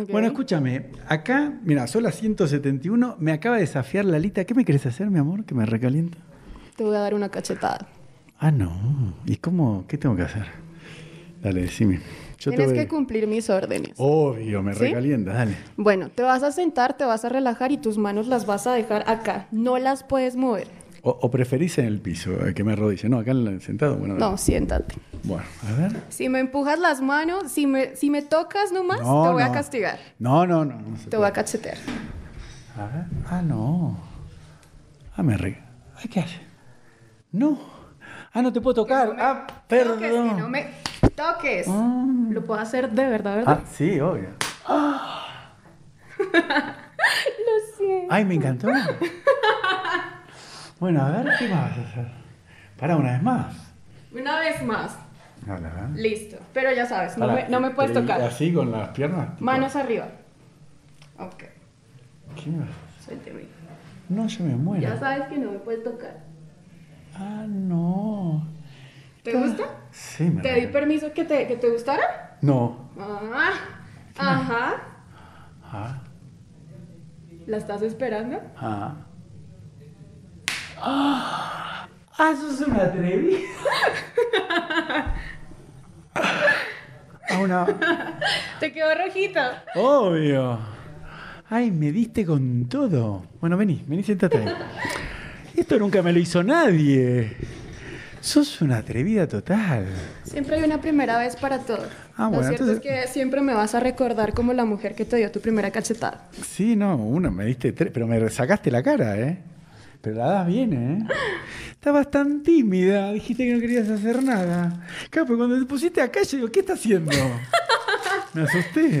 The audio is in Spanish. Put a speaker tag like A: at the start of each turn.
A: Ok.
B: Bueno, escúchame, acá, mira, son las 171, me acaba de desafiar Lalita. ¿Qué me querés hacer, mi amor? Que me recalienta.
A: Te voy a dar una cachetada.
B: Ah, no. ¿Y cómo? ¿Qué tengo que hacer? Dale, decime. Yo te
A: Tienes
B: voy- Oh.
A: que cumplir mis órdenes.
B: Obvio, me
A: ¿Sí?
B: recalienta, dale.
A: Bueno, te vas a sentar, te vas a relajar y tus manos las vas a dejar acá. No las puedes mover.
B: O, o preferís en el piso, eh, que me arrodille. No, acá en el sentado, bueno. dale.
A: No, siéntate.
B: Bueno, a ver.
A: Si me empujas las manos, si me, si me tocas nomás,
B: No,
A: te voy a
B: no.
A: castigar.
B: No, no, no. no se
A: Te voy a cachetear.
B: puede. A ver. Ah, no. Ah, me re... Ay, ¿qué hace? No. Ah, no te puedo tocar. ah, perdón.
A: Toques, que no me toques. Lo puedo hacer de verdad, ¿verdad?
B: Ah, sí, obvio.
A: Lo siento.
B: Ay, me encantó. Bueno, a ver, ¿qué más vas a hacer? Para una vez más.
A: Una vez más.
B: No, la verdad.
A: Listo. Pero ya sabes, no,
B: Pará,
A: me, no me puedes
B: pero ¿y
A: tocar.
B: Así con las piernas. tipo,
A: Manos arriba. Ok.
B: ¿qué me vas a hacer?
A: Suélteme.
B: No, yo me muero.
A: Ya sabes que no me puedes tocar.
B: Ah, no.
A: ¿Te
B: Ah.
A: gusta?
B: Sí, me
A: ¿Te di
B: regaló.
A: permiso que te, que te gustara?
B: No.
A: Ah, ajá.
B: Ah,
A: ¿La estás esperando?
B: ah. Ah, sos una atrevida. Ah, una.
A: Te quedó rojita.
B: Obvio. Ay, me diste con todo. Bueno, vení, vení, siéntate. ahí. Esto nunca me lo hizo nadie. Sos una atrevida total.
A: Siempre hay una primera vez para todo.
B: Ah,
A: Lo
B: bueno,
A: cierto
B: entonces-
A: es que siempre me vas a recordar como la mujer que te dio tu primera cachetada.
B: Sí, no, una, me diste tres, pero me sacaste la cara, ¿eh? Pero la das bien, ¿eh? Estabas tan tímida, dijiste que no querías hacer nada. Claro, pero cuando te pusiste acá, yo digo, ¿qué está haciendo? Me asusté.